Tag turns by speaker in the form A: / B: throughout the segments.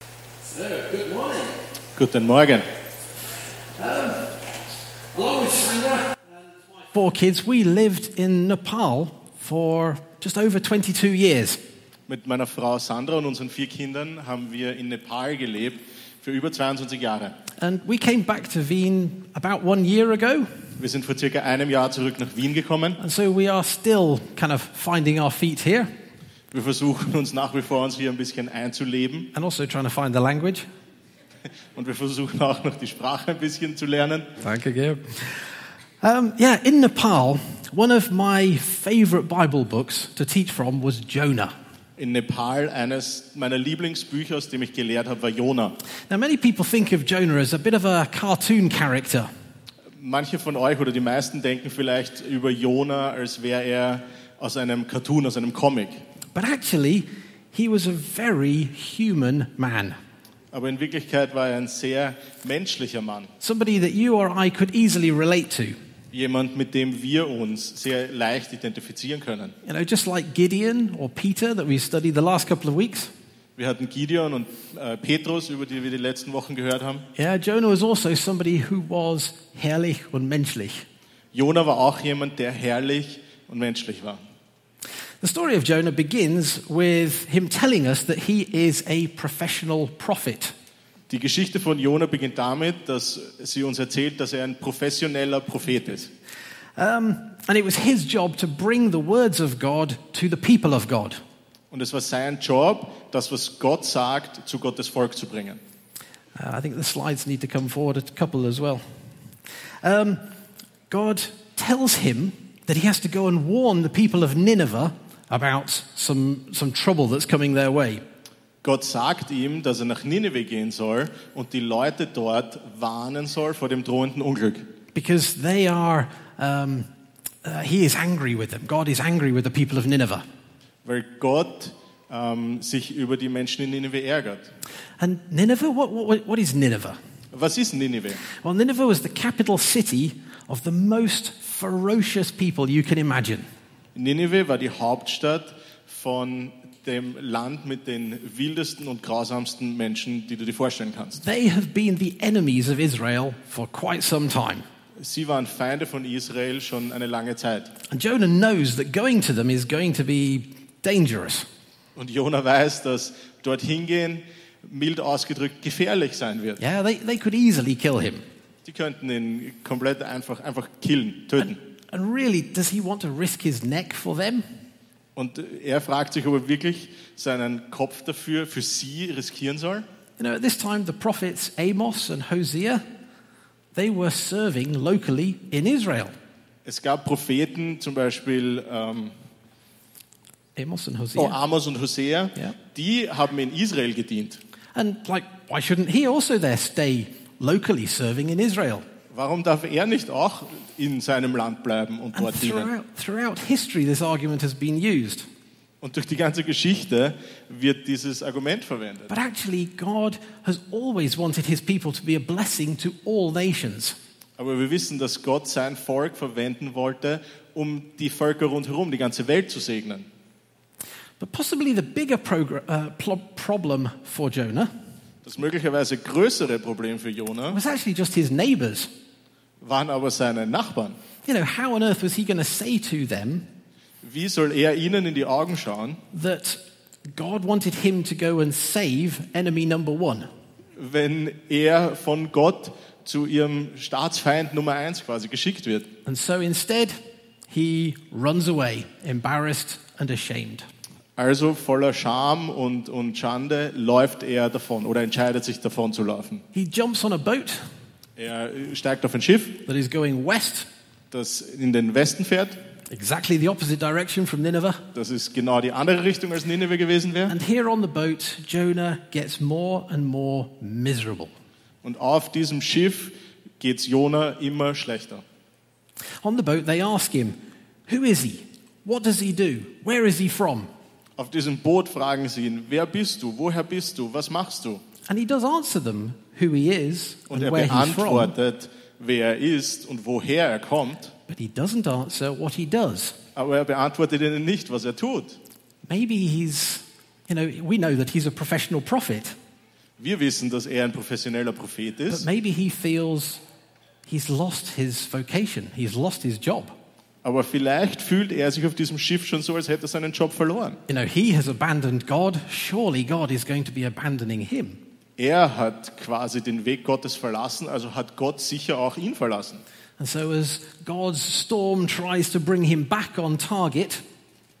A: Uh, Good morning.
B: Guten Morgen.
A: Hello, it's Sandra.
C: four kids. We lived in Nepal for just over 22 years.
B: Mit meiner Frau Sandra und unseren vier Kindern haben wir in Nepal gelebt für über 22 Jahre.
C: And we came back to Wien about one year ago.
B: Wir sind vor circa einem Jahr zurück nach Wien gekommen.
C: And so we are still kind of finding our feet here
B: Wir versuchen uns nach wie vor uns hier ein bisschen einzuleben
C: and also trying to find the language.
B: und wir versuchen auch noch die Sprache ein bisschen zu lernen.
C: Danke, Gerd. Um, yeah, in Nepal, one of my favorite Bible books to teach from was Jonah.
B: In Nepal eines meiner Lieblingsbücher, aus dem ich gelehrt habe, war Jona.
C: Now, many people think of Jonah as a bit of a cartoon character.
B: Manche von euch oder die meisten denken vielleicht über Jona, als wäre er aus einem Cartoon, aus einem Comic.
C: But actually, he was a very human man.
B: Aber in Wirklichkeit war er ein sehr menschlicher Mann.
C: somebody that you or I could easily relate to.
B: jemand, mit dem wir uns sehr leicht identifizieren können.
C: You know, just like Gideon or Peter that we studied the last couple of weeks.
B: Wir hatten Gideon und äh, Petrus, über die wir die letzten Wochen gehört haben.
C: Yeah, Jonah was also somebody who was herrlich und menschlich.
B: Jona war auch jemand, der herrlich und menschlich war.
C: The story of Jonah begins with him telling us that he is a professional prophet.
B: Die Geschichte von Jona beginnt damit, dass sie uns erzählt, dass er ein professioneller Prophet ist.
C: Um, and it was his job to bring the words of God to the people of God.
B: Und es war sein Job, das, was Gott sagt, zu Gottes Volk zu bringen.
C: Uh, I think the slides need to come forward a couple as well. Um, God tells him that he has to go and warn the people of Nineveh about some, some trouble that's coming their way.
B: Gott sagt ihm, dass er nach Nineveh gehen soll und die Leute dort warnen soll vor dem drohenden Unglück.
C: Because they are, um, uh, he is angry with them. God is angry with the people of Nineveh.
B: weil Gott ähm, sich über die Menschen in Nineveh ärgert.
C: And Nineveh, what, what, what is Nineveh?
B: Was ist Nineveh?
C: Well, Nineveh was the capital city of the most ferocious people you can imagine.
B: Nineveh war die Hauptstadt von dem Land mit den wildesten und grausamsten Menschen, die du dir vorstellen kannst.
C: They have been the enemies of Israel for quite some time.
B: Sie waren Feinde von Israel schon eine lange Zeit.
C: And Jonah knows that going to them is going to be dangerous.
B: Und Jona weiß, dass dorthin gehen, mild ausgedrückt, gefährlich sein wird.
C: Yeah, they, they could easily kill him.
B: Die könnten ihn komplett einfach, einfach killen, töten.
C: And really, does he want to risk his neck for them?
B: Und er fragt sich, ob er wirklich seinen Kopf dafür, für sie riskieren soll.
C: You know, at this time, the prophets Amos and Hosea, they were serving locally in Israel.
B: Es gab Propheten, zum Beispiel ähm,
C: Amos and Hosea.
B: oh, Amos und Hosea,
C: Ja.
B: die haben in Israel gedient.
C: And like, why shouldn't he also there stay locally serving in Israel?
B: Warum darf er nicht auch in seinem Land bleiben und
C: And
B: dort dienen?
C: throughout, throughout history, this argument has been used.
B: Und durch die ganze Geschichte wird dieses Argument verwendet.
C: But actually, God has always wanted his people to be a blessing to all nations.
B: Aber wir wissen, dass Gott sein Volk verwenden wollte, um die Völker rundherum, die ganze Welt zu segnen.
C: But possibly the bigger progr- uh, pl- problem for Jonah
B: Das möglicherweise größere Problem für Jona
C: was actually just his neighbors.
B: waren aber seine Nachbarn.
C: You know, how on earth was he going to say to them
B: Wie soll er ihnen in die Augen schauen,
C: that God wanted him to go and save enemy number one?
B: wenn er von Gott zu ihrem Staatsfeind Nummer eins quasi geschickt wird.
C: And so instead, he runs away, embarrassed and ashamed.
B: Also voller Scham und, und Schande läuft er davon oder entscheidet sich davon zu laufen.
C: He jumps on a boat
B: Er äh, steigt auf ein Schiff,
C: that is going west,
B: das in den Westen fährt.
C: exactly the opposite direction from Nineveh.
B: Das ist genau die andere Richtung, als Nineveh gewesen wäre.
C: And here on the boat, Jonah gets more and more miserable.
B: Und auf diesem Schiff geht's Jona immer schlechter.
C: On the boat, they ask him, Who is he? What does he do? Where is he from?
B: Auf diesem Boot fragen sie ihn, wer bist du, woher bist du, was machst du?
C: And he does answer them who he is
B: Und
C: and
B: er
C: where he's from,
B: beantwortet, wer er ist und woher er kommt.
C: but he doesn't answer what he does.
B: Aber er beantwortet ihnen nicht, was er tut.
C: Maybe he's, you know, we know that he's a professional prophet.
B: Wir wissen, dass er ein professioneller Prophet
C: But
B: ist,
C: maybe he feels he's lost his vocation, he's lost his job.
B: aber vielleicht fühlt er sich auf diesem Schiff schon so, als hätte er seinen Job verloren.
C: You know, he has abandoned God. Surely God is going to be abandoning him.
B: Er hat quasi den Weg Gottes verlassen, also hat Gott sicher auch ihn verlassen.
C: And so, as God's storm tries to bring him back on target,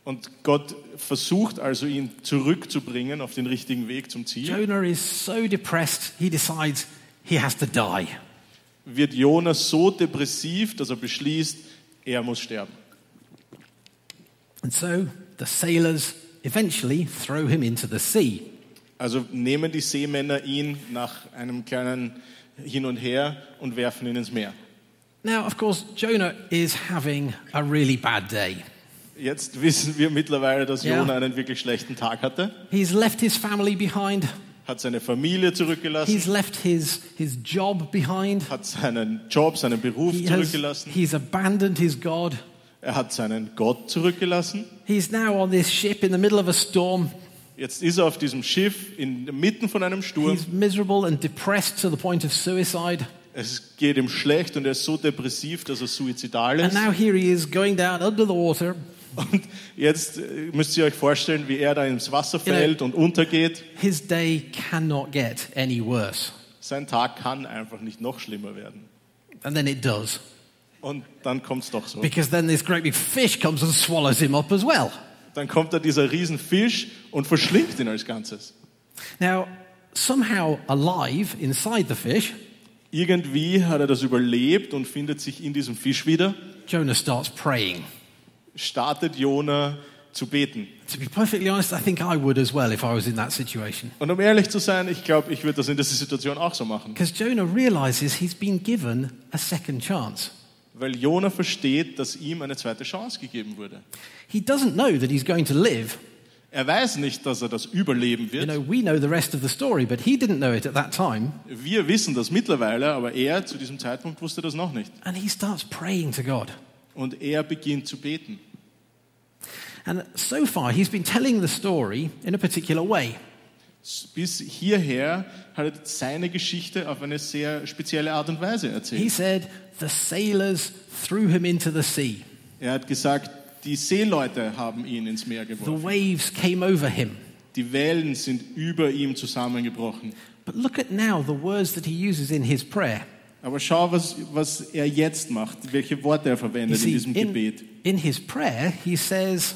B: Und Gott versucht also, ihn zurückzubringen auf den richtigen Weg zum Ziel.
C: Jonah is so depressed, he decides he has to die.
B: Wird Jonas so depressiv, dass er beschließt, er muss sterben.
C: And so, the sailors eventually throw him into the sea.
B: Also nehmen die Seemänner ihn nach einem kleinen Hin und Her und werfen ihn ins Meer.
C: Now, of course, Jonah is having a really bad day.
B: Jetzt wissen wir mittlerweile, dass
C: Ja.
B: Jonah einen wirklich schlechten Tag hatte,
C: He's left his family behind,
B: hat seine Familie zurückgelassen,
C: he's left his, his job behind,
B: hat seinen Job, seinen Beruf
C: he has,
B: zurückgelassen,
C: he's abandoned his God.
B: er hat seinen Gott zurückgelassen.
C: He's now on this ship in the middle of a storm.
B: Jetzt ist er auf diesem Schiff inmitten von einem Sturm.
C: He's miserable and depressed to the point of suicide.
B: Es geht ihm schlecht und er ist so depressiv, dass er suizidal
C: And
B: ist.
C: now here he is going down under the water.
B: Und jetzt äh, müsst ihr euch vorstellen, wie er da ins Wasser fällt und untergeht.
C: His day cannot get any worse.
B: Sein Tag kann einfach nicht noch schlimmer werden.
C: And then it does.
B: Und dann kommt's doch so.
C: Because then this great big fish comes and swallows him up as well.
B: Dann kommt da dieser Riesenfisch und verschlingt ihn als Ganzes.
C: Now, somehow alive inside the fish,
B: Irgendwie hat er das überlebt und findet sich in diesem Fisch wieder.
C: Jonah starts praying.
B: Startet Jona zu beten.
C: To be perfectly honest, I think I would as well if I was in that situation.
B: Und um ehrlich zu sein, ich glaube, ich würde das in dieser Situation auch so machen.
C: Because Jonah realizes he's been given a second chance.
B: Weil Jona versteht, dass ihm eine zweite Chance gegeben wurde.
C: He doesn't know that he's going to live.
B: Er weiß nicht, dass er das überleben
C: You know,
B: wird.
C: we know the rest of the story, but he didn't know it at that time.
B: Wir wissen das mittlerweile, aber er zu diesem Zeitpunkt wusste das noch nicht.
C: And he starts praying to God.
B: Und er beginnt zu beten.
C: And so far, he's been telling the story in a particular way.
B: Bis hierher hat er seine Geschichte auf eine sehr spezielle Art und Weise
C: He
B: erzählt.
C: said, The sailors threw him into the sea,
B: Er hat gesagt, die Seeleute haben ihn ins Meer
C: the
B: geworfen.
C: waves came over him.
B: Die Wellen sind über ihm zusammengebrochen.
C: But look at now the words that he uses in his prayer.
B: Aber schau, was, was er jetzt macht, welche Worte er
C: You
B: verwendet in
C: see,
B: diesem Gebet.
C: in his prayer, he says,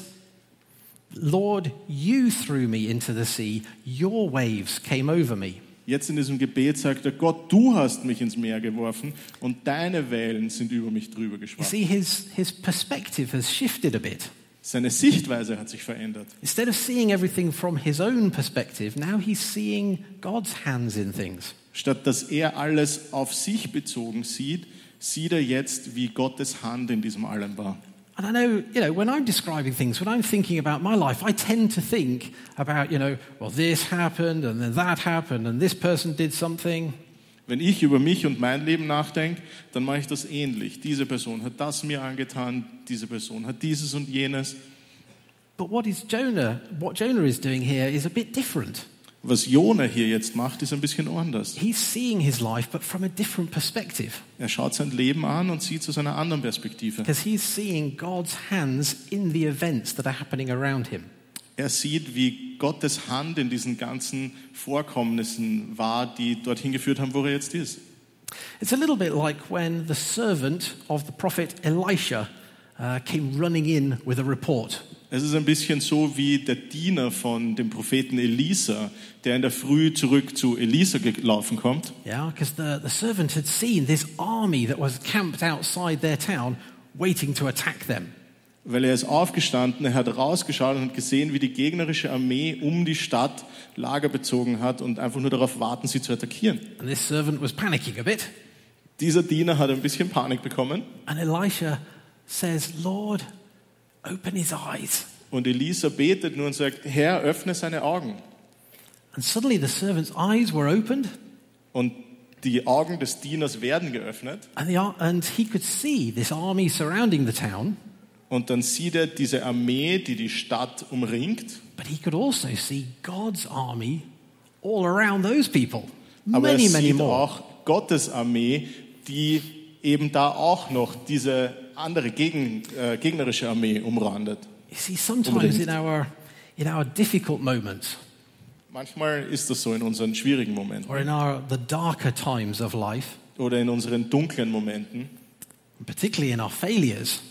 C: Lord, you threw me into the sea, your waves came over me.
B: Jetzt in diesem Gebet sagt er, Gott, du hast mich ins Meer geworfen und deine Wellen sind über mich drüber
C: You
B: geschwappt.
C: see, his, his perspective has shifted a bit.
B: Seine Sichtweise hat sich verändert.
C: Instead of seeing everything from his own perspective, now he's seeing God's hands in things.
B: Statt dass er alles auf sich bezogen sieht, sieht er jetzt, wie Gottes Hand in diesem allem war.
C: And I know, you know, when I'm describing things, when I'm thinking about my life, I tend to think about, you know, well, this happened and then that happened and this person did something.
B: Wenn ich über mich und mein Leben nachdenke, dann mache ich das ähnlich. Diese Person hat das mir angetan, diese Person hat dieses und jenes.
C: But what is Jonah, what Jonah is doing here is a bit different.
B: Was Jona hier jetzt macht, ist ein bisschen anders.
C: He's seeing his life, but from a different perspective,
B: Er schaut sein Leben an und sieht es aus einer anderen Perspektive.
C: because he's seeing God's hands in the events that are happening around him.
B: Er sieht, wie Gottes Hand in diesen ganzen Vorkommnissen war, die dorthin geführt haben, wo er jetzt ist.
C: It's a little bit like when the servant of the prophet Elisha uh, came running in with a report.
B: Es ist ein bisschen so wie der Diener von dem Propheten Elisa, der in der Früh zurück zu Elisa gelaufen kommt,
C: Yeah, because the, the servant had seen this army that was camped outside their town waiting to attack them.
B: weil er ist aufgestanden, er hat rausgeschaut und hat gesehen, wie die gegnerische Armee um die Stadt Lager bezogen hat und einfach nur darauf warten, sie zu attackieren.
C: And this servant was panicking a bit.
B: Dieser Diener hat ein bisschen Panik bekommen
C: And Elisha says, Lord, open his eyes.
B: und Elisa betet nur und sagt, Herr, öffne seine Augen.
C: And suddenly the servant's eyes were opened
B: Und die Augen des Dieners werden geöffnet
C: and, the, ar- and he could see this army surrounding the town,
B: und dann sieht er diese Armee, die die Stadt umringt
C: but he could also see God's army all around those people.
B: Aber
C: Many,
B: er
C: many
B: sieht
C: more.
B: auch Gottes Armee, die eben da auch noch diese andere Gegen, äh, gegnerische Armee umrandet.
C: You see, sometimes in our, in our difficult moments
B: Manchmal ist das so in unseren schwierigen Momenten
C: or in our, the darker times of life,
B: oder in unseren dunklen Momenten,
C: particularly in our failures,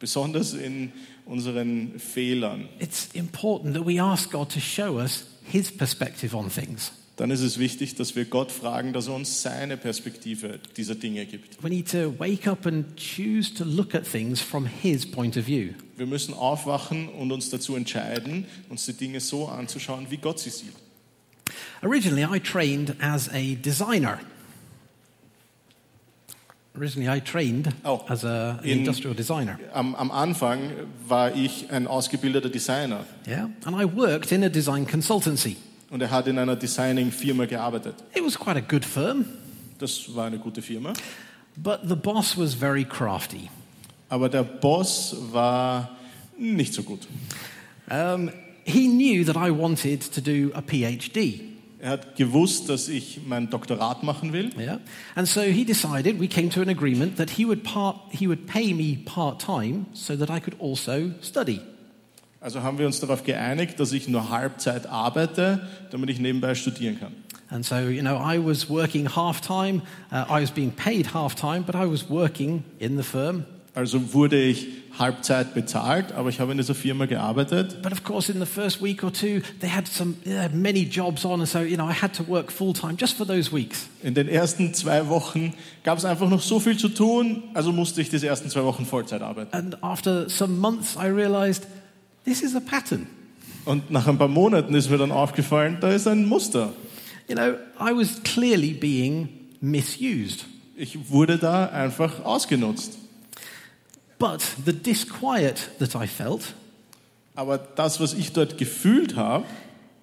B: besonders in unseren Fehlern.
C: it's important that we ask God to show us his perspective on things.
B: Dann ist es wichtig, dass wir Gott fragen, dass er uns seine Perspektive dieser Dinge gibt.
C: We need to wake up and choose to look at things from his point of view.
B: Wir müssen aufwachen und uns dazu entscheiden, uns die Dinge so anzuschauen, wie Gott sie sieht.
C: Originally, I trained as a designer. Originally, I trained
B: Oh,
C: as a, an
B: in-
C: industrial designer.
B: Am, am Anfang war ich ein ausgebildeter Designer
C: Yeah. And I worked in a design consultancy.
B: und er hat in einer Designing-Firma gearbeitet.
C: It was quite a good firm,
B: Das war eine gute Firma.
C: but the boss was very crafty.
B: Aber der Boss war nicht so gut.
C: Um, he knew that I wanted to do a PhD.
B: Er hat gewusst, dass ich mein Doktorat machen will
C: Yeah. And so he decided, we came to an agreement that he would, part, he would pay me part time so that I could also study.
B: Also haben wir uns darauf geeinigt, dass ich nur Halbzeit arbeite, damit ich nebenbei studieren kann.
C: And so, you know, I was working half time. Uh, I was being paid half time, but I was working in the firm.
B: Also wurde ich Halbzeit bezahlt, aber ich habe in dieser Firma gearbeitet.
C: But of course, in the first week or two, they had some they had many jobs on, and so you know, I had to work full time just for those weeks.
B: In den ersten zwei Wochen gab es einfach noch so viel zu tun, also musste ich diese ersten zwei Wochen Vollzeit arbeiten.
C: And after some months, I realized this is a pattern.
B: Und nach ein paar Monaten ist mir dann aufgefallen, da ist ein Muster.
C: You know, I was clearly being misused.
B: Ich wurde da einfach ausgenutzt.
C: But the disquiet that I felt,
B: Aber das, was ich dort gefühlt habe,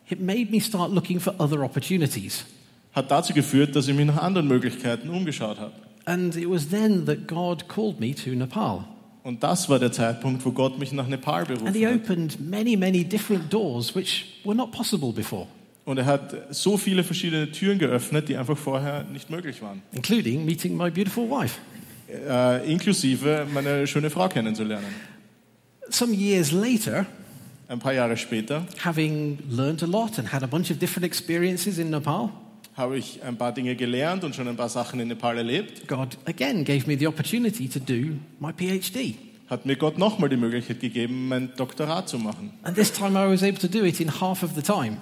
C: it made me start looking for other opportunities.
B: hat dazu geführt, dass ich mich nach anderen Möglichkeiten umgeschaut habe.
C: And it was then that God called me to Nepal.
B: Und das war der Zeitpunkt, wo Gott mich nach Nepal berufen
C: And he
B: hat.
C: opened many, many different doors which were not possible before,
B: Und er hat so viele verschiedene Türen geöffnet, die einfach vorher nicht möglich waren.
C: including meeting my beautiful wife.
B: Äh, inklusive meine schöne Frau kennenzulernen.
C: Some years later,
B: Ein paar Jahre später
C: having learned a lot and had a bunch of different experiences in Nepal,
B: habe ich ein paar Dinge gelernt und schon ein paar Sachen in Nepal erlebt.
C: God again gave me the opportunity to do my PhD.
B: Hat mir Gott nochmal die Möglichkeit gegeben, mein Doktorat zu machen.
C: And this time I was able to do it in half of the time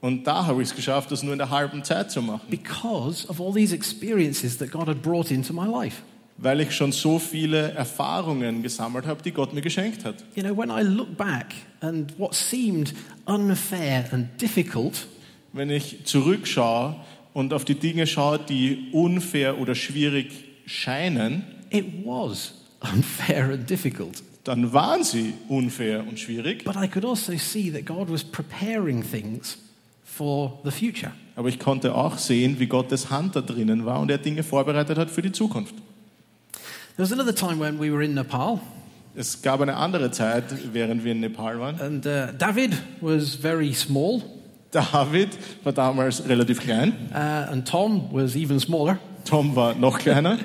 B: Und da habe ich es geschafft, das nur in der halben Zeit zu machen,
C: because of all these experiences that God had brought into my life.
B: weil ich schon so viele Erfahrungen gesammelt habe, die Gott mir geschenkt hat.
C: You know, when I look back and what seemed unfair and difficult,
B: Wenn ich zurückschaue und auf die Dinge schaue, die unfair oder schwierig scheinen,
C: it was unfair and difficult.
B: dann waren sie unfair und schwierig.
C: But I could also see that God was preparing things for the future.
B: Aber ich konnte auch sehen, wie Gottes Hand da drinnen war und er Dinge vorbereitet hat für die Zukunft.
C: There was another time when we were in Nepal,
B: Es gab eine andere Zeit, während wir in Nepal waren.
C: and uh, David was very small,
B: David war damals relativ klein,
C: uh, and Tom was even smaller.
B: Tom war noch kleiner.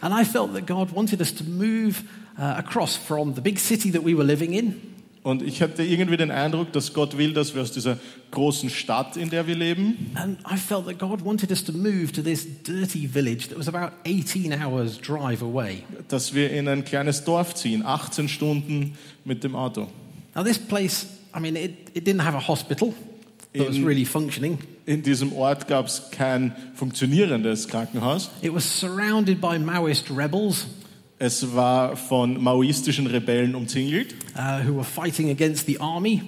C: And I felt that God wanted us to move uh, across from the big city that we were living in
B: Und ich hatte irgendwie den Eindruck, dass Gott will, dass wir aus dieser großen Stadt, in der wir leben,
C: And I felt that God wanted us to move to this dirty village that was about 18 hours' drive away.
B: dass wir in ein kleines Dorf ziehen, 18 Stunden mit dem Auto.
C: Now, this place, I mean, it, it didn't have a hospital that was
B: In-
C: really functioning,
B: In diesem Ort gab es kein funktionierendes Krankenhaus.
C: it was surrounded by Maoist rebels
B: Es war von maoistischen Rebellen umzingelt,
C: uh, who were fighting against the army.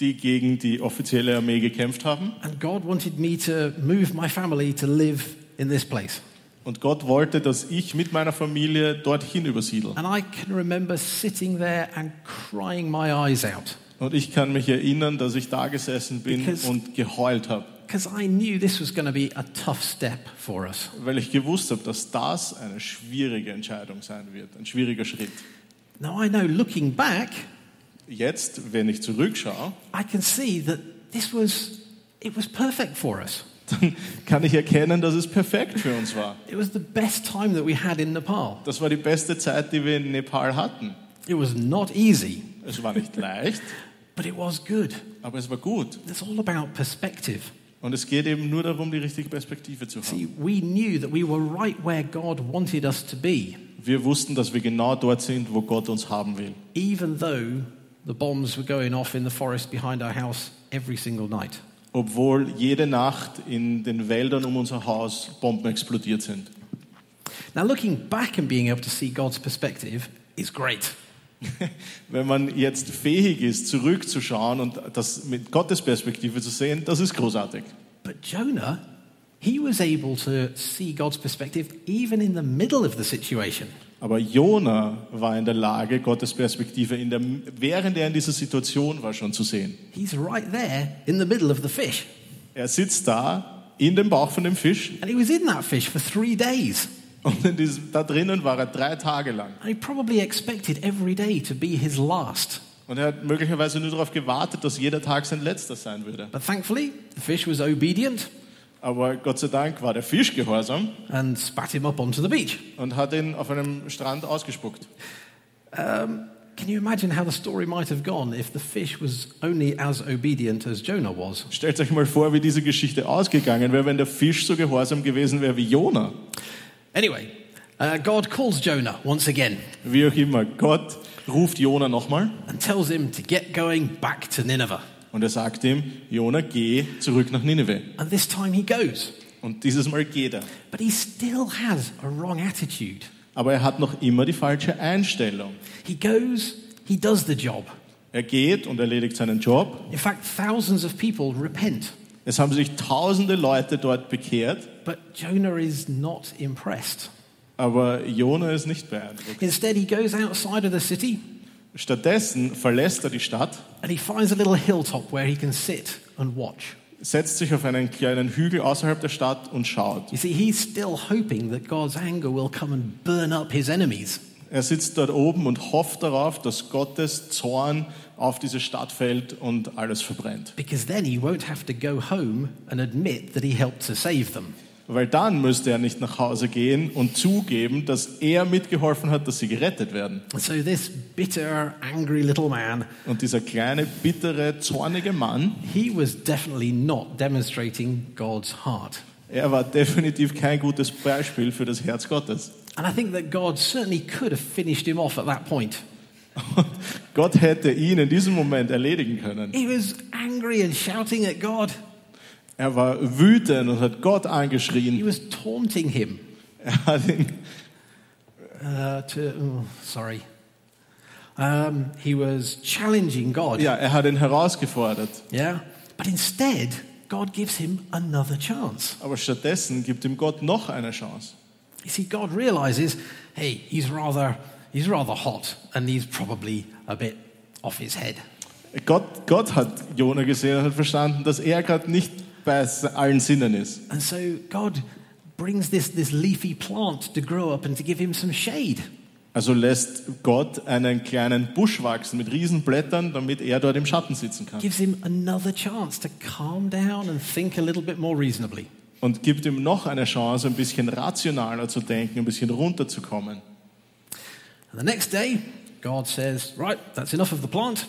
B: die gegen die offizielle Armee gekämpft haben.
C: And God wanted me to move my family to live in this place.
B: Und Gott wollte, dass ich mit meiner Familie dorthin übersiedle.
C: And I can remember sitting there and crying my eyes out
B: Und ich kann mich erinnern, dass ich da gesessen bin
C: Because-
B: und geheult habe,
C: because I knew this was going to be a tough step for us.
B: weil ich gewusst habe, dass das eine schwierige Entscheidung sein wird, ein schwieriger Schritt.
C: Now, I know looking back,
B: Jetzt, wenn ich zurückschaue,
C: I can see that this was, it was perfect for us.
B: dann kann ich erkennen, dass es perfekt für uns war.
C: It was the best time that we had in Nepal.
B: Das war die beste Zeit, die wir in Nepal hatten.
C: It was not easy,
B: Es war nicht leicht,
C: but it was good.
B: aber es war gut.
C: It's all about perspective.
B: Und es geht eben nur darum, die richtige Perspektive zu haben.
C: See, we knew that we were right where God wanted us to be,
B: Wir wussten, dass wir genau dort sind, wo Gott uns haben will.
C: even though the bombs were going off in the forest behind our house every single night.
B: Obwohl jede Nacht in den Wäldern um unser Haus Bomben explodiert sind.
C: Now, looking back and being able to see God's perspective is great.
B: Wenn man jetzt fähig ist, zurückzuschauen und das mit Gottes Perspektive zu sehen, das ist großartig.
C: But Jonah, he was able to see God's perspective even in the middle of the situation.
B: Aber Jona war in der Lage, Gottes Perspektive in der, während er in dieser Situation war, schon zu sehen.
C: He's right there in the middle of the fish.
B: Er sitzt da in dem Bauch von dem Fisch
C: And he was in that fish for three days.
B: und in diesem, da drinnen war er drei Tage lang.
C: And he probably expected every day to be his last.
B: Und er hat möglicherweise nur darauf gewartet, dass jeder Tag sein letzter sein würde.
C: But thankfully, the fish was obedient
B: Aber Gott sei Dank war der Fisch gehorsam
C: and spat him up onto the beach.
B: und hat ihn auf einem Strand ausgespuckt.
C: Can you imagine how the story might have gone if the fish was only as obedient as Jonah was?
B: Stellt euch mal vor, wie diese Geschichte ausgegangen wäre, wenn der Fisch so gehorsam gewesen wäre wie Jona.
C: Anyway, uh, God calls Jonah once again
B: Wie auch immer, Gott ruft Jona nochmal
C: and tells him to get going back to Nineveh.
B: und er sagt ihm, Jona, geh zurück nach Nineveh.
C: And this time he goes.
B: Und dieses Mal geht er.
C: But he still has a wrong attitude.
B: Aber er hat noch immer die falsche Einstellung.
C: He goes, he does the job.
B: Er geht und erledigt seinen Job.
C: In fact, thousands of people repent.
B: Es haben sich tausende Leute dort bekehrt,
C: But Jonah is not impressed.
B: aber Jona ist nicht beeindruckt.
C: Instead, he goes outside of the city
B: Stattdessen verlässt er die Stadt,
C: and he finds a little hilltop where he can sit and watch.
B: setzt sich auf einen kleinen Hügel außerhalb der Stadt und schaut.
C: You see, he's still hoping that God's anger will come and burn up his enemies.
B: Er sitzt dort oben und hofft darauf, dass Gottes Zorn auf diese Stadt fällt und alles verbrennt.
C: Because then he won't have to go home and admit that he helped to save them.
B: Weil dann müsste er nicht nach Hause gehen und zugeben, dass er mitgeholfen hat, dass sie gerettet werden.
C: And so this bitter, angry little man,
B: Und dieser kleine, bittere, zornige Mann,
C: he was definitely not demonstrating God's heart.
B: er war definitiv kein gutes Beispiel für das Herz Gottes.
C: And I think that God certainly could have finished him off at that point.
B: Und Gott hätte ihn in diesem Moment erledigen können.
C: He was angry and shouting at God.
B: Er war wütend und hat Gott
C: He
B: angeschrien.
C: was taunting him.
B: Er hat ihn
C: Uh, to, oh, sorry. Um, he was challenging God.
B: Ja, er hat ihn herausgefordert.
C: Yeah? But instead, God gives him another chance.
B: Aber stattdessen gibt ihm Gott noch eine Chance.
C: You see, God realizes, hey, he's rather, he's rather hot and he's probably a bit off his head.
B: Gott, Gott hat Jona gesehen und hat verstanden, dass er gerade nicht bei allen Sinnen ist.
C: And so God brings this, this leafy plant to grow up and to give him some shade.
B: Also lässt Gott einen kleinen Busch wachsen mit Riesenblättern, damit er dort im Schatten sitzen kann.
C: Gives him another chance to calm down and think a little bit more reasonably.
B: Und gibt ihm noch eine Chance, ein bisschen rationaler zu denken, ein bisschen runterzukommen.
C: And the next day, God says, right, that's enough of the plant.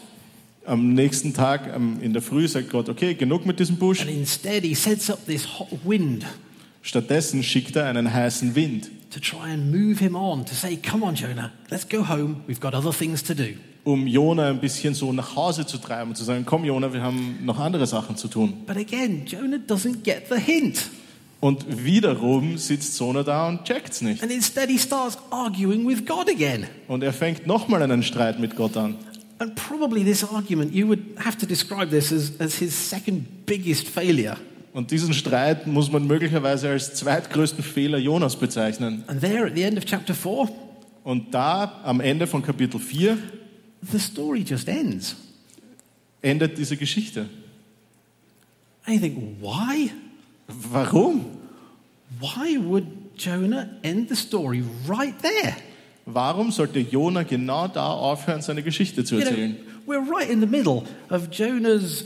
B: Am nächsten Tag, am- in der Früh, sagt Gott, okay, genug mit diesem Busch.
C: And instead, he sets up this hot wind
B: Stattdessen schickt er einen heißen Wind,
C: to try and move him on, to say, come on, Jonah, let's go home. We've got other things to do.
B: um Jona ein bisschen so nach Hause zu treiben und zu sagen, komm Jona, wir haben noch andere Sachen zu tun.
C: But again, Jonah doesn't get the hint.
B: Und wiederum sitzt Jona da und checkt's nicht.
C: And instead, he starts arguing with God again.
B: Und er fängt nochmal einen Streit mit Gott an.
C: And probably this argument, you would have to describe this as, as his second biggest failure.
B: Und diesen Streit muss man möglicherweise als zweitgrößten Fehler Jonas bezeichnen.
C: And there at the end of chapter 4,
B: Und da am Ende von Kapitel 4
C: the story just ends.
B: endet diese Geschichte.
C: And you think, why?
B: Warum?
C: Why would Jonah end the story right there?
B: Warum sollte Jona genau da aufhören, seine Geschichte zu
C: Genau. You know,
B: erzählen?
C: we're right in the middle of Jonah's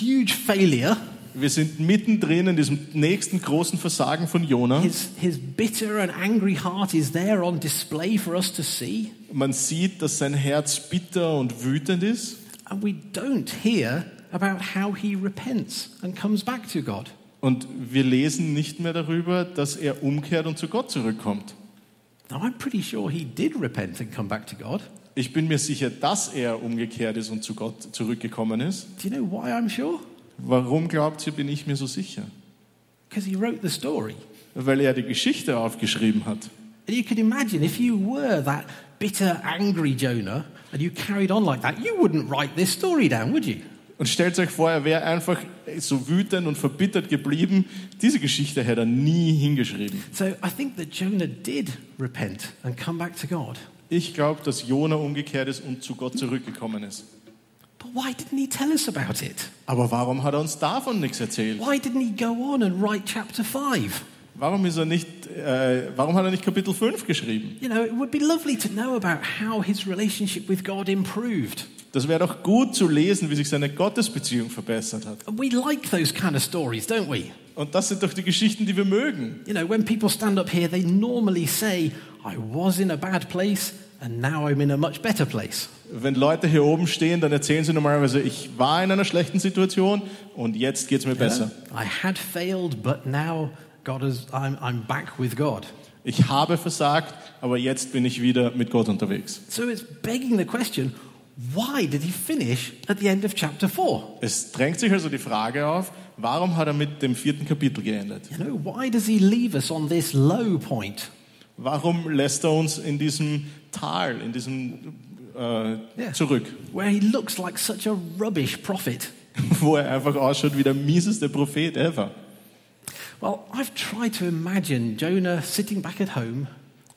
C: huge failure,
B: Wir sind mittendrin in diesem nächsten großen Versagen von Jona.
C: His, his bitter and angry heart is there on display for us to see.
B: Man sieht, dass sein Herz bitter und wütend ist.
C: And we don't hear about how he repents and comes back to God.
B: Und wir lesen nicht mehr darüber, dass er umkehrt und zu Gott zurückkommt.
C: Now, I'm pretty sure he did repent and come back to God.
B: Ich bin mir sicher, dass er umgekehrt ist und zu Gott zurückgekommen ist.
C: Do you know why I'm sure?
B: Warum glaubt ihr, bin ich mir so sicher?
C: Because he wrote the story.
B: Weil er die Geschichte aufgeschrieben hat.
C: And you can imagine if you were that bitter, angry Jonah and you carried on like that, you wouldn't write this story down, would you?
B: Und stellt euch vor, er wäre einfach so wütend und verbittert geblieben. Diese Geschichte hätte er nie hingeschrieben.
C: So I think that Jonah did repent and come back to God.
B: Ich glaube, dass Jona umgekehrt ist und zu Gott zurückgekommen ist.
C: But why didn't he tell us about it?
B: Aber warum hat er uns davon nichts erzählt?
C: Why didn't he go on and write chapter 5?
B: Warum, ist er nicht, äh, warum hat er nicht Kapitel 5 geschrieben?
C: You know, it would be lovely to know about how his relationship with God improved.
B: Das wäre doch gut zu lesen, wie sich seine Gottesbeziehung verbessert hat.
C: And we like those kind of stories, don't we?
B: Und das sind doch die Geschichten, die wir mögen.
C: You know, when people stand up here, they normally say, I was in a bad place and now I'm in a much better place.
B: Wenn Leute hier oben stehen, dann erzählen sie normalerweise, ich war in einer schlechten Situation und jetzt geht es mir besser.
C: I had failed, but now God is, I'm, I'm back with God.
B: Ich habe versagt, aber jetzt bin ich wieder mit Gott unterwegs.
C: So it's begging the question why did he finish at the end of chapter 4?
B: Es drängt sich also die Frage auf, warum hat er mit dem vierten Kapitel geendet?
C: You know, why does he leave us on this low point?
B: Warum lässt er uns in diesem Tal, in diesem äh,
C: Ja.
B: zurück,
C: where he looks like such a rubbish prophet.
B: wo er einfach ausschaut wie der mieseste Prophet ever?
C: Well, I've tried to imagine Jonah sitting back at home,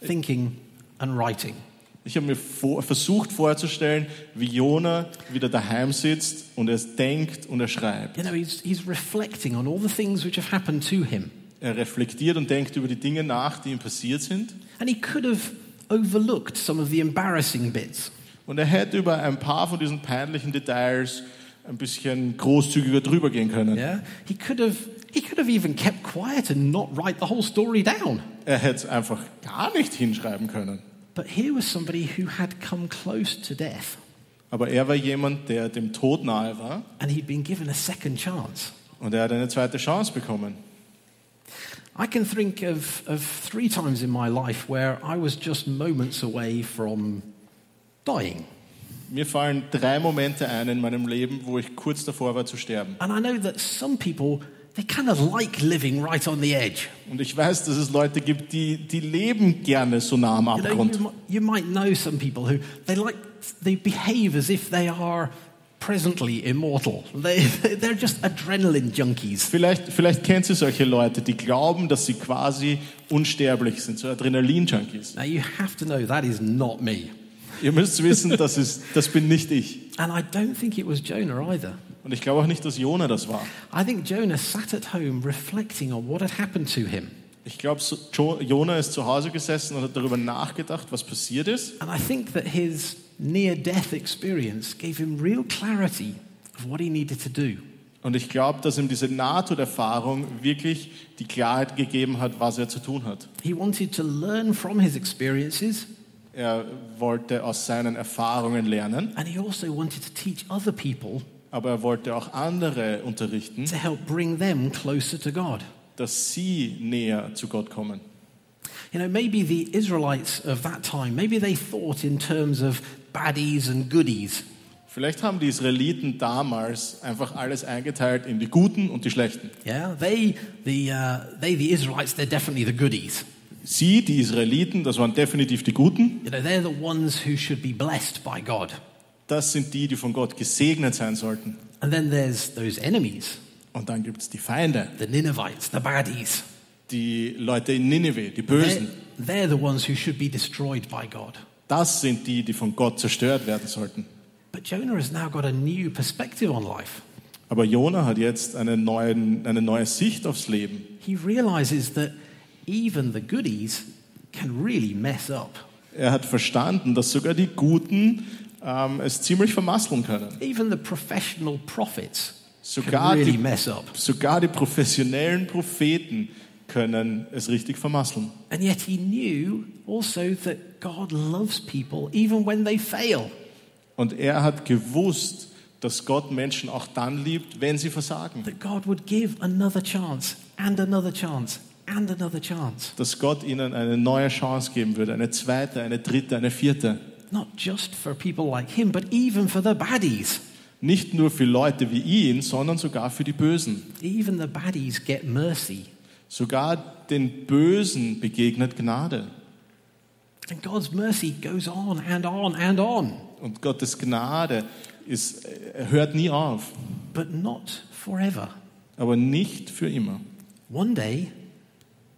C: thinking and writing.
B: Ich habe mir vor, versucht vorzustellen, wie Jona wieder daheim sitzt und er denkt und er schreibt.
C: You know, he's, he's reflecting on all the things which have happened to him.
B: Er reflektiert und denkt über die Dinge nach, die ihm passiert sind.
C: And he could have overlooked some of the embarrassing bits.
B: Und er hätte über ein paar von diesen peinlichen Details ein bisschen großzügiger drüber gehen können.
C: Yeah? He could have, he could have even kept quiet and not write the whole story down.
B: Er hätte es einfach gar nicht hinschreiben können.
C: But here was somebody who had come close to death,
B: Aber er war jemand, der dem Tod nahe war
C: and he'd been given a second chance.
B: und er hat eine zweite Chance bekommen.
C: I can think of, of three times in my life where I was just moments away from dying.
B: Mir fallen drei Momente ein in meinem Leben, wo ich kurz davor war zu sterben.
C: And I know that some people, they kind of like living right on the edge.
B: Und ich weiß, dass es Leute gibt, die, die leben gerne so nah am
C: You, know, you,
B: Abgrund.
C: mi- you might know some people who they like, they behave as if they are presently immortal. They, they're just adrenaline junkies.
B: Vielleicht, vielleicht kennt ihr solche Leute, die glauben, dass sie quasi unsterblich sind, so Adrenalin-Junkies.
C: Now, you have to know that is not me.
B: Ihr müsst wissen, das, ist, das bin nicht ich.
C: And I don't think it was Jonah either.
B: Und ich glaube auch nicht, dass Jona das war.
C: I think Jonah sat at home reflecting on what had happened to him.
B: Ich glaube, so- Jo- Jona ist zu Hause gesessen und hat darüber nachgedacht, was passiert ist.
C: And I think that his near death experience gave him real clarity of what he needed to do.
B: Und ich glaube, dass ihm diese NATO-Erfahrung wirklich die Klarheit gegeben hat, was er zu tun hat.
C: He wanted to learn from his experiences,
B: Er wollte aus seinen Erfahrungen lernen,
C: and he also wanted to teach other people
B: aber er wollte auch andere unterrichten,
C: to help bring them closer to God.
B: dass sie näher zu Gott kommen.
C: You know, maybe the Israelites of that time, maybe they thought in terms of baddies and goodies.
B: Vielleicht haben die Israeliten damals einfach alles eingeteilt in die Guten und die Schlechten.
C: Yeah, they, the, uh, they, the Israelites, they're definitely the goodies.
B: Sie, die Israeliten, das waren definitiv die Guten.
C: You know, they're the ones who should be blessed by God.
B: Das sind die, die von Gott gesegnet sein sollten.
C: And then there's those enemies,
B: Und dann gibt es die Feinde,
C: the Ninevites, the baddies.
B: die Leute in Nineveh, die
C: They're,
B: Bösen.
C: they're the ones who should be destroyed by God.
B: Das sind die, die von Gott zerstört werden sollten.
C: But Jonah has now got a new perspective on life.
B: Aber Jona hat jetzt eine, neuen, eine neue Sicht aufs Leben.
C: He realizes that even the goodies can really mess up.
B: Er hat verstanden, dass sogar die Guten ähm, es ziemlich vermasseln können.
C: Even the professional prophets
B: Sogar
C: can really
B: die,
C: mess up.
B: sogar die professionellen Propheten können es richtig vermasseln.
C: And yet he knew also that God loves people even when they fail.
B: Und er hat gewusst, dass Gott Menschen auch dann liebt, wenn sie versagen.
C: That God would give another chance and another chance and another chance.
B: Dass Gott ihnen eine neue Chance geben würde, eine zweite, eine dritte, eine vierte.
C: Not just for people like him, but even for the baddies.
B: Nicht nur für Leute wie ihn, sondern sogar für die Bösen.
C: Even the baddies get mercy.
B: Sogar den Bösen begegnet Gnade.
C: And God's mercy goes on and on and on,
B: Und Gottes Gnade ist, äh, hört nie auf,
C: but not forever.
B: aber nicht für immer.
C: One day,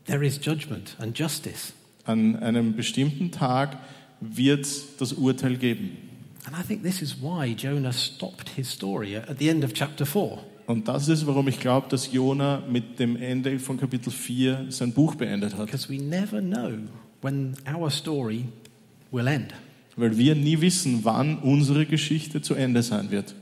C: there is judgment and justice.
B: An einem bestimmten Tag wird das Urteil geben.
C: And I think this is why Jonah stopped his story at the end of chapter 4.
B: Und das ist, warum ich glaube, dass Jona mit dem Ende von Kapitel 4 sein Buch beendet hat.
C: Because we never know when our story will end.
B: Weil wir nie wissen, wann unsere Geschichte zu Ende sein wird.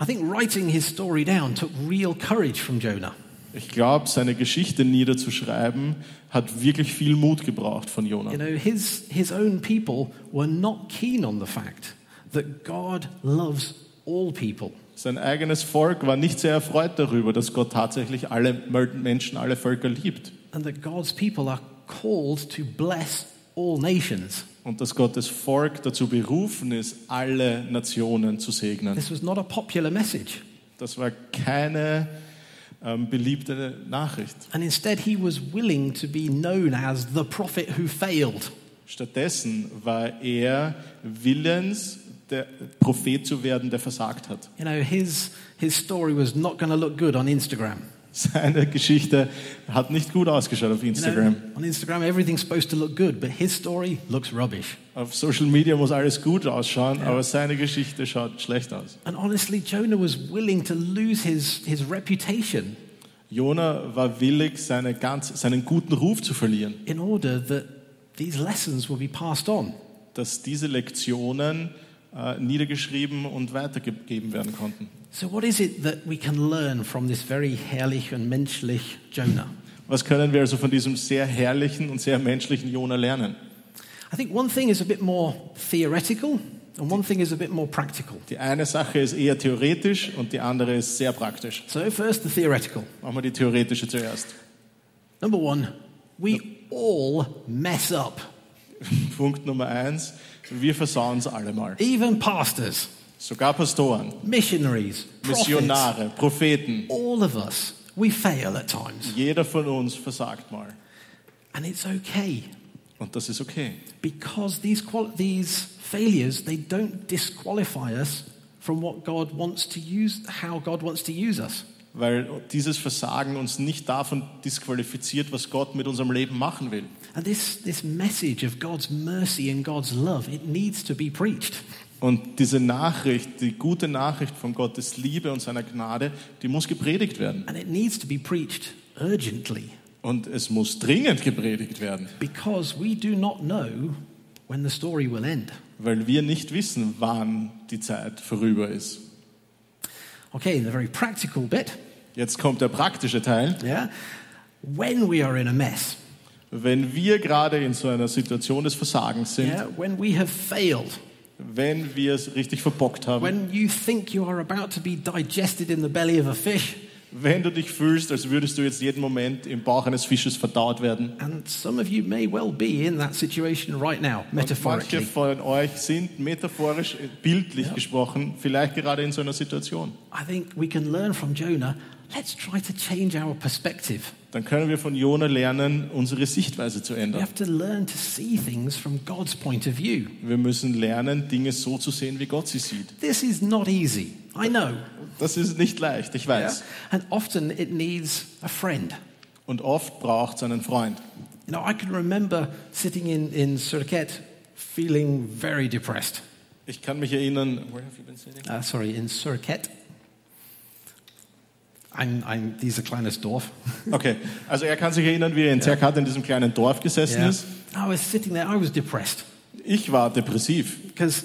C: I think writing his story down took real courage from Jonah.
B: Ich glaube, seine Geschichte niederzuschreiben hat wirklich viel Mut gebraucht von Jona.
C: You know, his, his own people were not keen on the fact that God loves all people.
B: Sein eigenes Volk war nicht sehr erfreut darüber, dass Gott tatsächlich alle Menschen, alle Völker liebt
C: and that God's people are called to bless all nations.
B: und dass Gottes Volk dazu berufen ist, alle Nationen zu segnen.
C: This was not a popular message,
B: Das war keine ähm, beliebte Nachricht.
C: and instead he was willing to be known as the prophet who failed.
B: Stattdessen war er willens, der Prophet zu werden, der versagt hat.
C: You know, his, his story was not going to look good on Instagram.
B: Seine Geschichte hat nicht gut ausgeschaut auf
C: You know,
B: Instagram.
C: on Instagram, everything's supposed to look good, but his story looks rubbish.
B: Auf Social Media muss alles gut ausschauen, aber seine Geschichte schaut schlecht aus.
C: And honestly, Jonah was willing to lose his, his reputation
B: Jona war willig, seine ganz, seinen guten Ruf zu verlieren,
C: in order that these lessons will be passed on.
B: dass diese Lektionen äh, niedergeschrieben und weitergegeben werden konnten.
C: So, what is it that we can learn from this very herrlich and menschlich Jonah?
B: Was können wir also von diesem sehr herrlichen und sehr menschlichen Jona lernen?
C: I think one thing is a bit more theoretical, and one thing is a bit more practical.
B: Die eine Sache ist eher theoretisch und die andere ist sehr praktisch.
C: So, first, the theoretical.
B: Machen wir die theoretische zuerst.
C: Number one, we all mess up,
B: Punkt Nummer eins, wir versauen es allemal.
C: even pastors,
B: Sogar Pastoren,
C: missionaries, prophets,
B: Missionare, Propheten,
C: all of us. We fail at times,
B: jeder von uns versagt mal.
C: and it's okay
B: Und das ist okay.
C: because these, qual- these failures they don't disqualify us from what God wants to use, how God wants to use us.
B: weil dieses Versagen uns nicht davon disqualifiziert, was Gott mit unserem Leben machen will.
C: And this, this message of God's mercy and God's love, it needs to be preached.
B: Und diese Nachricht, die gute Nachricht von Gottes Liebe und seiner Gnade, die muss gepredigt werden.
C: And it needs to be preached urgently
B: Und es muss dringend gepredigt werden,
C: because we do not know when the story will end.
B: weil wir nicht wissen, wann die Zeit vorüber ist.
C: Okay, the very practical bit,
B: Jetzt kommt der praktische Teil.
C: yeah? When we are in a mess,
B: Wenn wir gerade in so einer Situation des Versagens sind,
C: yeah? When we have failed,
B: wenn wir es richtig verbockt haben,
C: when you think you are about to be digested in the belly of a fish,
B: wenn du dich fühlst, als würdest du jetzt jeden Moment im Bauch eines Fisches verdaut werden,
C: and some of you may well be in that situation right now,
B: Manche
C: metaphorically.
B: von euch sind metaphorisch, äh, bildlich gesprochen, vielleicht gerade in so einer Situation.
C: I think we can learn from Jonah. Let's try to change our perspective.
B: Dann können wir von Jona lernen, unsere Sichtweise zu
C: We
B: ändern.
C: have to learn to see things from God's point of view.
B: Wir müssen lernen, Dinge so zu sehen, wie Gott sie sieht.
C: This is not easy. I know.
B: Das ist nicht leicht, ich weiß.
C: And often it needs a friend.
B: Und oft braucht es einen Freund.
C: You know, I can remember sitting in, in Surket feeling very depressed.
B: Ich kann mich erinnern, where have you been sitting?
C: Uh, sorry, in Surket. I'm, I'm dieser kleines Dorf.
B: okay, also er kann sich erinnern, wie er in Zerkat in diesem kleinen Dorf gesessen ist.
C: I was sitting there, I was depressed
B: Ich war depressiv,
C: because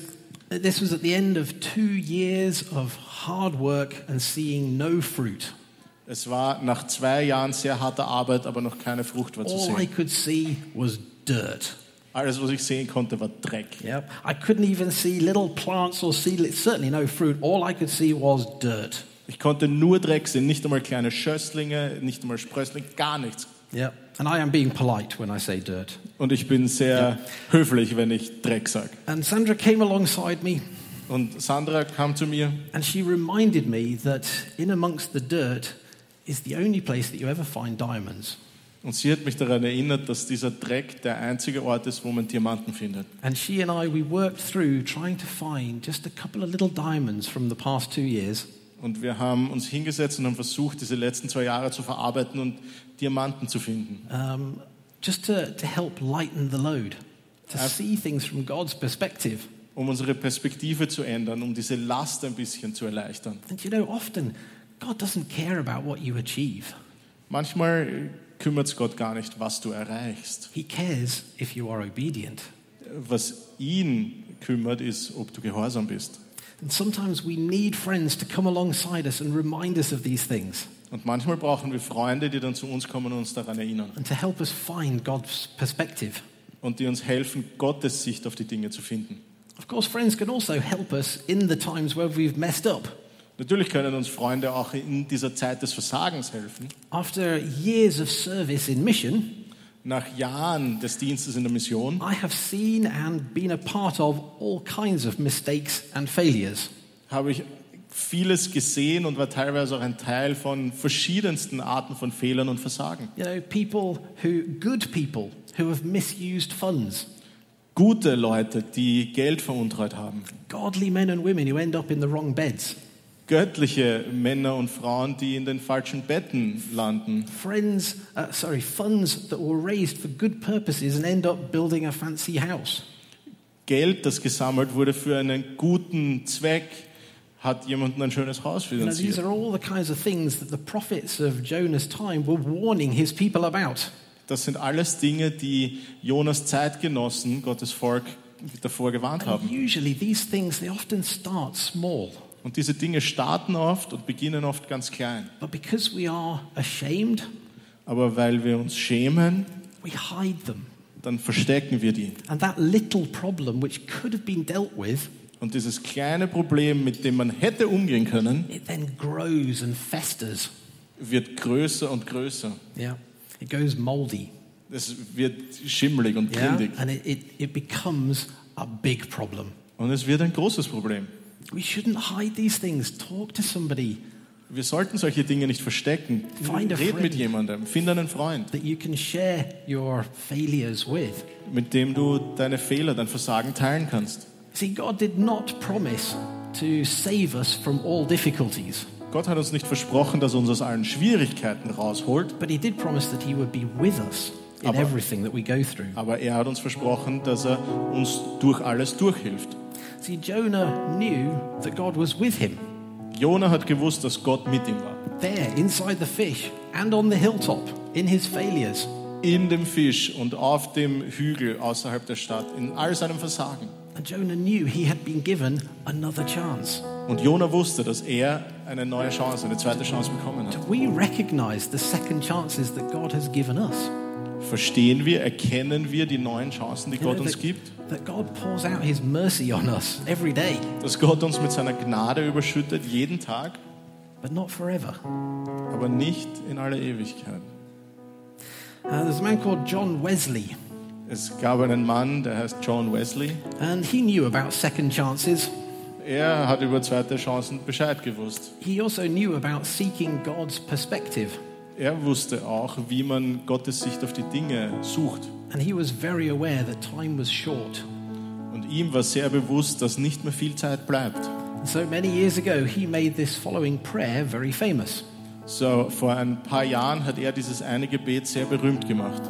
C: This was at the end of two years of hard work and seeing no fruit.
B: Es war nach zwei Jahren sehr harter Arbeit, aber noch keine Frucht war zu
C: All I
B: sehen.
C: could see was dirt.
B: Alles, was ich sehen konnte, war Dreck.
C: Yep. I couldn't even see little plants or seedlings, certainly no fruit. All I could see was dirt.
B: Ich konnte nur Dreck sehen, nicht einmal kleine Schösslinge, nicht einmal Sprösslinge, gar nichts.
C: Yep. And I am being polite when I say dirt.
B: Und ich bin sehr höflich, wenn ich Dreck sage.
C: And Sandra came alongside me
B: Und Sandra kam zu mir
C: and she reminded me that in amongst the dirt is the only place that you ever find diamonds.
B: und sie hat mich daran erinnert, dass dieser Dreck der einzige Ort ist, wo man Diamanten findet.
C: And she and I, we worked through trying to find just a couple of little diamonds from the past two years.
B: Und wir haben uns hingesetzt und haben versucht, diese letzten zwei Jahre zu verarbeiten und Diamanten zu finden.
C: um, just to, to help lighten the load, to see things from God's perspective.
B: um unsere Perspektive zu ändern, um diese Last ein bisschen zu erleichtern.
C: And you know, often God doesn't care about what you achieve,
B: Manchmal kümmert es Gott gar nicht, was du erreichst.
C: He cares if you are obedient.
B: Was ihn kümmert, ist, ob du gehorsam bist.
C: And sometimes we need friends to come alongside us and remind us of these things
B: Und manchmal brauchen wir Freunde, die dann zu uns kommen und uns daran erinnern
C: and to help us find God's perspective.
B: und die uns helfen, Gottes Sicht auf die Dinge zu finden.
C: Of course, friends can also help us in the times where we've messed up.
B: Natürlich können uns Freunde auch in dieser Zeit des Versagens helfen.
C: After years of service in mission,
B: Nach Jahren des Dienstes in der Mission
C: I have seen and been a part of all kinds of mistakes and failures.
B: habe ich vieles gesehen und war teilweise auch ein Teil von verschiedensten Arten von Fehlern und Versagen.
C: You know, people who, good people, who have misused funds,
B: gute Leute, die Geld veruntreut haben.
C: godly men and women who end up in the wrong beds,
B: Göttliche Männer und Frauen, die in den falschen Betten landen.
C: friends, uh, sorry, funds that were raised for good purposes and end up building a fancy house.
B: Geld, das gesammelt wurde für einen guten Zweck, hat jemanden ein schönes Haus
C: You know, these
B: finanziert.
C: are all the kinds of things that the prophets of Jonah's time were warning his people about.
B: Das sind alles Dinge, die Jonas Zeitgenossen, Gottes Volk, davor gewarnt
C: And
B: haben.
C: usually these things, they often start small.
B: Und diese Dinge starten oft und beginnen oft ganz klein.
C: But because we are ashamed,
B: Aber weil wir uns schämen,
C: we hide them.
B: dann verstecken wir die.
C: And that little problem, which could have been dealt with,
B: Und dieses kleine Problem, mit dem man hätte umgehen können,
C: it then grows and festers.
B: wird größer und größer.
C: Yeah. It goes moldy.
B: Es wird schimmelig und
C: Yeah.
B: grindig.
C: And it, it, it becomes a big problem.
B: Und es wird ein großes Problem.
C: We shouldn't hide these things. Talk to somebody
B: Wir sollten solche Dinge nicht verstecken.
C: Find a
B: Red
C: friend.
B: mit jemandem, find einen Freund,
C: that you can share your failures with.
B: mit dem du deine Fehler, dein Versagen teilen kannst.
C: See, God did not promise to save us from all difficulties,
B: Gott hat uns nicht versprochen, dass er uns aus allen Schwierigkeiten rausholt,
C: but He did promise that He would be with us in
B: Aber-
C: everything that we go through.
B: aber er hat uns versprochen, dass er uns durch alles durchhilft.
C: See, Jonah knew that God was with him
B: Jona hat gewusst, dass Gott mit ihm war.
C: there, inside the fish, and on the hilltop, in his failures.
B: In dem Fisch und auf dem Hügel außerhalb der Stadt, in all seinem Versagen.
C: And Jonah knew he had been given another chance.
B: Und Jona wusste, dass er eine neue Chance, eine zweite Chance bekommen hat.
C: We recognize the second chances that God has given us.
B: Verstehen wir, erkennen wir die neuen Chancen, die
C: You know,
B: Gott uns
C: that-
B: gibt?
C: That God pours out his mercy on us every day,
B: Dass Gott uns mit seiner Gnade überschüttet, jeden Tag,
C: but not forever.
B: aber nicht in aller Ewigkeit.
C: Uh, there's a man called John Wesley,
B: Es gab einen Mann, der heißt John Wesley.
C: and he knew about second chances.
B: Er hat über zweite Chancen Bescheid gewusst.
C: He also knew about seeking God's perspective,
B: Er wusste auch, wie man Gottes Sicht auf die Dinge sucht.
C: and he was very aware that time was short.
B: Und ihm war sehr bewusst, dass nicht mehr viel Zeit bleibt.
C: And so many years ago, he made this following prayer very famous
B: So, vor ein paar Jahren hat er dieses eine Gebet sehr berühmt gemacht.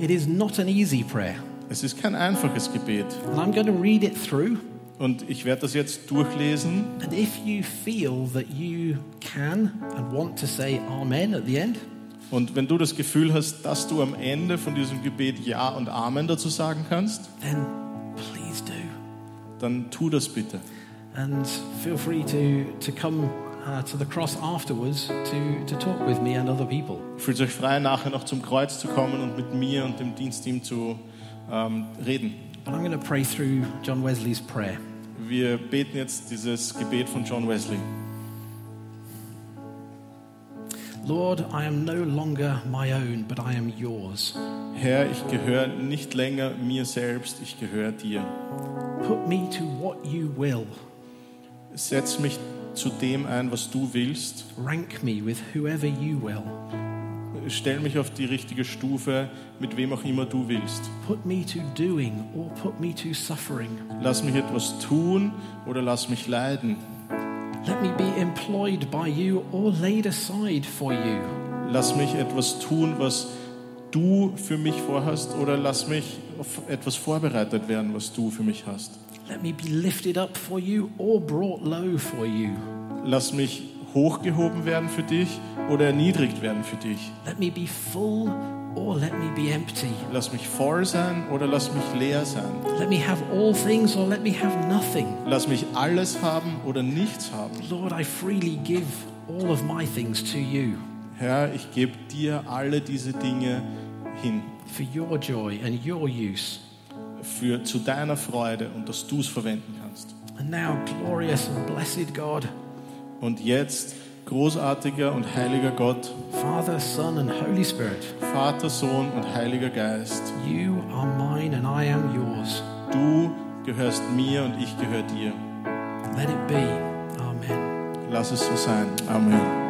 C: It is not an easy prayer.
B: Es ist kein einfaches Gebet.
C: And I'm going to read it through.
B: Und ich werde das jetzt durchlesen.
C: And if you feel that you can and want to say Amen at the end,
B: Und wenn du das Gefühl hast, dass du am Ende von diesem Gebet Ja und Amen dazu sagen kannst,
C: then please do.
B: dann tu das bitte.
C: And feel free to, to come uh, to the cross afterwards to, to talk with me and other people.
B: Fühlt euch frei, nachher noch zum Kreuz zu kommen und mit mir und dem Dienstteam zu ähm, reden.
C: But I'm going to pray through John Wesley's prayer.
B: Wir beten jetzt dieses Gebet von John Wesley.
C: Lord, I am no longer my own, but I am yours.
B: Herr, ich gehöre nicht länger mir selbst, ich gehöre dir.
C: Put me to what you will.
B: Setz mich zu dem ein, was du willst.
C: Rank me with whoever you will.
B: Stell mich auf die richtige Stufe, mit wem auch immer du willst.
C: Put me to doing or put me to suffering.
B: Lass mich etwas tun oder lass mich leiden.
C: Let me be employed by you or laid aside for you.
B: Lass mich etwas tun, was du für mich vorhast oder lass mich auf etwas vorbereitet werden, was du für mich hast.
C: Let me be lifted up for you or brought low for you.
B: Lass mich hochgehoben werden für dich oder erniedrigt werden für dich.
C: Let me be full or let me be empty.
B: Lass mich voll sein oder lass mich leer sein.
C: Let me have all things or let me have nothing.
B: Lass mich alles haben oder nichts haben.
C: Lord, I freely give all of my things to you
B: Herr, ich gebe dir alle diese Dinge hin,
C: for your joy and your use.
B: für, zu deiner Freude und dass du es verwenden kannst.
C: And now, glorious and blessed God,
B: Und jetzt, großartiger und heiliger Gott,
C: Father, Son, and Holy Spirit,
B: Vater, Sohn und Heiliger Geist,
C: you are mine and I am yours.
B: du gehörst mir und ich gehöre dir.
C: Let it be. Amen.
B: Lass es so sein. Amen.